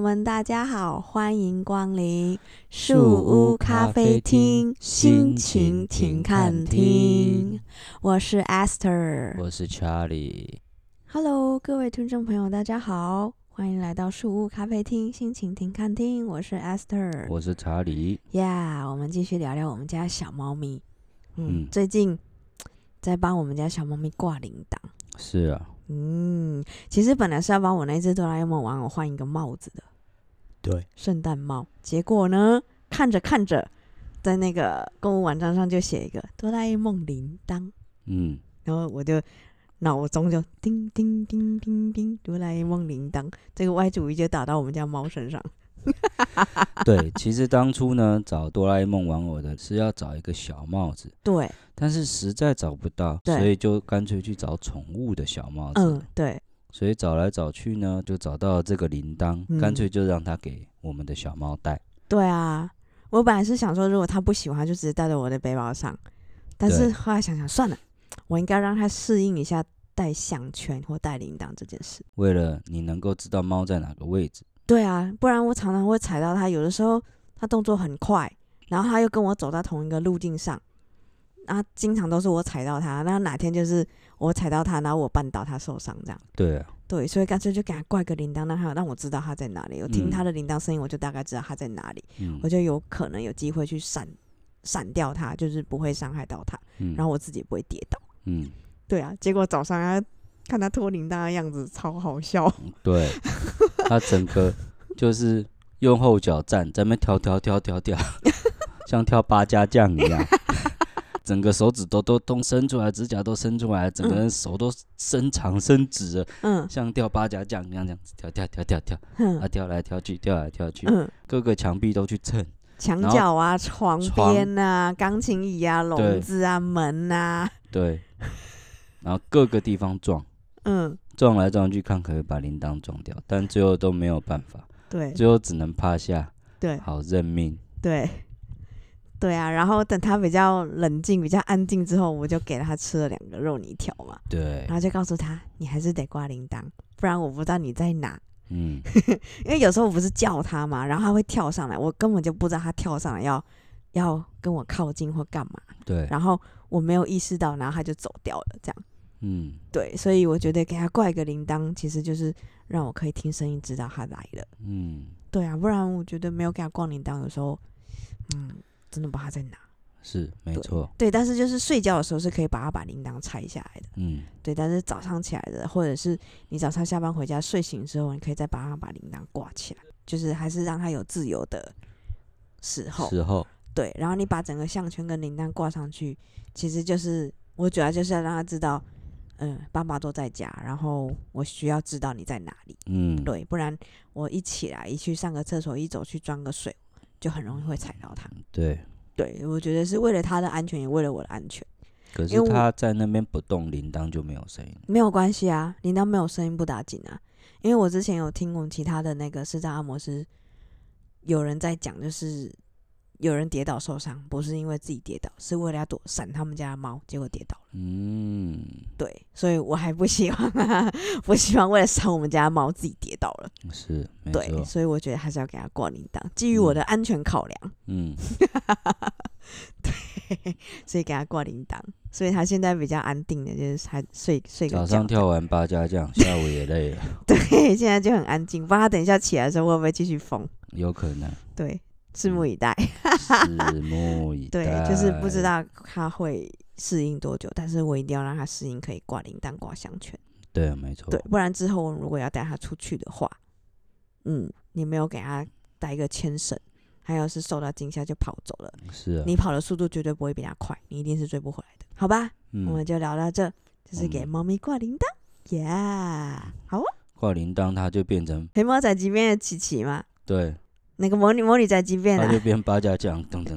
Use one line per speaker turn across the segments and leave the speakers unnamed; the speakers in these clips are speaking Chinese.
们大家好，欢迎光临树
树
屋
屋
咖
咖
啡
啡
厅
厅，
心情
心情
停
停
看
看
厅
厅。
我是 Esther。
我是 Charlie，
Hello，各位听众朋友，大家好，欢迎来到树屋咖啡厅，心情停看厅。我是 Esther。
我是查理。
Yeah，我们继续聊聊我们家小猫咪。嗯，
嗯
最近在帮我们家小猫咪挂铃铛。
是啊，
嗯，其实本来是要帮我那只哆啦 A 梦玩偶换一个帽子的。
对，
圣诞帽。结果呢，看着看着，在那个购物网站上就写一个哆啦 A 梦铃铛，
嗯，
然后我就脑中就叮叮叮叮叮，哆啦 A 梦铃铛这个歪主意就打到我们家猫身上。
对。 其实当初呢，找哆啦 A 梦玩偶的是要找一个小帽子，
对，
但是实在找不到，
对
所以就干脆去找宠物的小帽子。
嗯，对，
所以找来找去呢，就找到了这个铃铛，
嗯
干脆就让它给我们的小猫戴。
对啊。我本来是想说，如果它不喜欢，就直接带到我的背包上。但是
对
后来想想，算了，我应该让它适应一下戴项圈或戴铃铛这件事。
为了你能够知道猫在哪个位置，
对啊，不然我常常会踩到它。有的时候它动作很快，然后它又跟我走到同一个路径上，啊，经常都是我踩到它。那哪天就是我踩到它，然后我绊倒它受伤这样。
对啊，
对，所以干脆就给它挂个铃铛，让它让我知道它在哪里。我听
嗯
它的铃铛声音，我就大概知道它在哪里，
嗯
我就有可能有机会去闪闪掉它，就是不会伤害到它，
嗯，
然后我自己也不会跌倒。
嗯，
对啊，结果早上它看它脱铃铛的样子，超好笑。
对，它整个就是用后脚站，在那边跳跳跳跳 跳，像跳八家将一样， 整个手指头都都伸出来，指甲都伸出来，整个
嗯
人手都伸长伸直了，
嗯
像跳八家将一样这样子跳跳跳跳跳，啊
哼
跳来跳去，跳来跳去，
嗯。
各个墙壁都去蹭，
墙
然后
角啊、床
床
边啊、钢琴椅啊、笼
对
子啊、门啊，
对，然后各个地方撞。
嗯，
撞来撞去，看可不可以把铃铛撞掉，但最后都没有办法，
对
最后只能趴下，
对
好认命。
对对啊。然后等他比较冷静、比较安静之后，我就给他吃了两个肉泥条嘛，
对
然，后就告诉他，你还是得挂铃铛，不然我不知道你在哪。
嗯，
因为有时候我不是叫他嘛，然后他会跳上来，我根本就不知道他跳上来要要跟我靠近或干嘛，
对，
然后我没有意识到，然后他就走掉了，这样。
嗯
对，所以我觉得给他挂一个铃铛，其实就是让我可以听声音知道他来了。
嗯，
对啊，不然我觉得没有给他挂铃铛，有时候，嗯，真的不知道他在哪。
是没
对
错，
对，但是就是睡觉的时候是可以把它把铃铛拆下来的。
嗯，
对，但是早上起来的，或者是你早上下班回家睡醒之后，你可以再把它把铃铛挂起来，就是还是让它有自由的时候。
时候，
对，然后你把整个项圈跟铃铛挂上去，其实就是我主要就是要让他知道，嗯，爸爸都在家，然后我需要知道你在哪里，
嗯，
对，不然我一起来一去上个厕所，一走去装个水，就很容易会踩到他。
对。
对，我觉得是为了他的安全，也为了我的安全，
可
因
是
为我
他在那边不动，铃铛就没有声音。
没有关系啊，铃铛没有声音不打紧啊，因为我之前有听过其他的那个视障按摩师，有人在讲就是。有人跌倒受伤，不是因为自己跌倒，是为了要躲闪他们家的猫，结果跌倒了。
嗯，
对，所以我还不希望、 啊，不希望为了伤我们家猫自己跌倒了。
是没
对，
错。
所以我觉得还是要给它挂铃铛，基于我的安全考量，
嗯，
所以给它挂铃铛。所以它现在比较安定的，就是还睡睡个
早
觉
上。跳完八家将，下午也累了，
对， 现在就很安静。不然它等一下起来的时候会不会继续疯？
有可能
对，拭目以待。
拭目以
对
待。，
就是不知。道它会适应多久，但是我一定要让它适应，可以挂铃铛、挂项圈。
对，没错
对。，不然之后我们如果要带它出去的话，嗯，你没有给它带一个牵绳，它要是受到惊吓就跑走了，
是啊。
你跑的速度绝对不会比它快，你一定是追不回来的，好吧？我
嗯
们，就聊到这，就是给
嗯
猫咪挂铃铛，耶、好啊！
挂铃铛，它就变成
黑猫宅急便的琪琪嘛，
对，
那个魔女魔女宅急便
它就
啊，
变八家将，等等。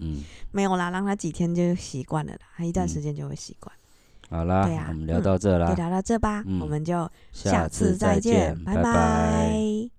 嗯，
没有啦，让它几天就习惯了啦，它一段
嗯
时间就会习惯。
好啦
对啊，
我们聊
嗯
到这
就
啦，
聊到这吧，我
嗯
们就
下次再见，
拜
拜
拜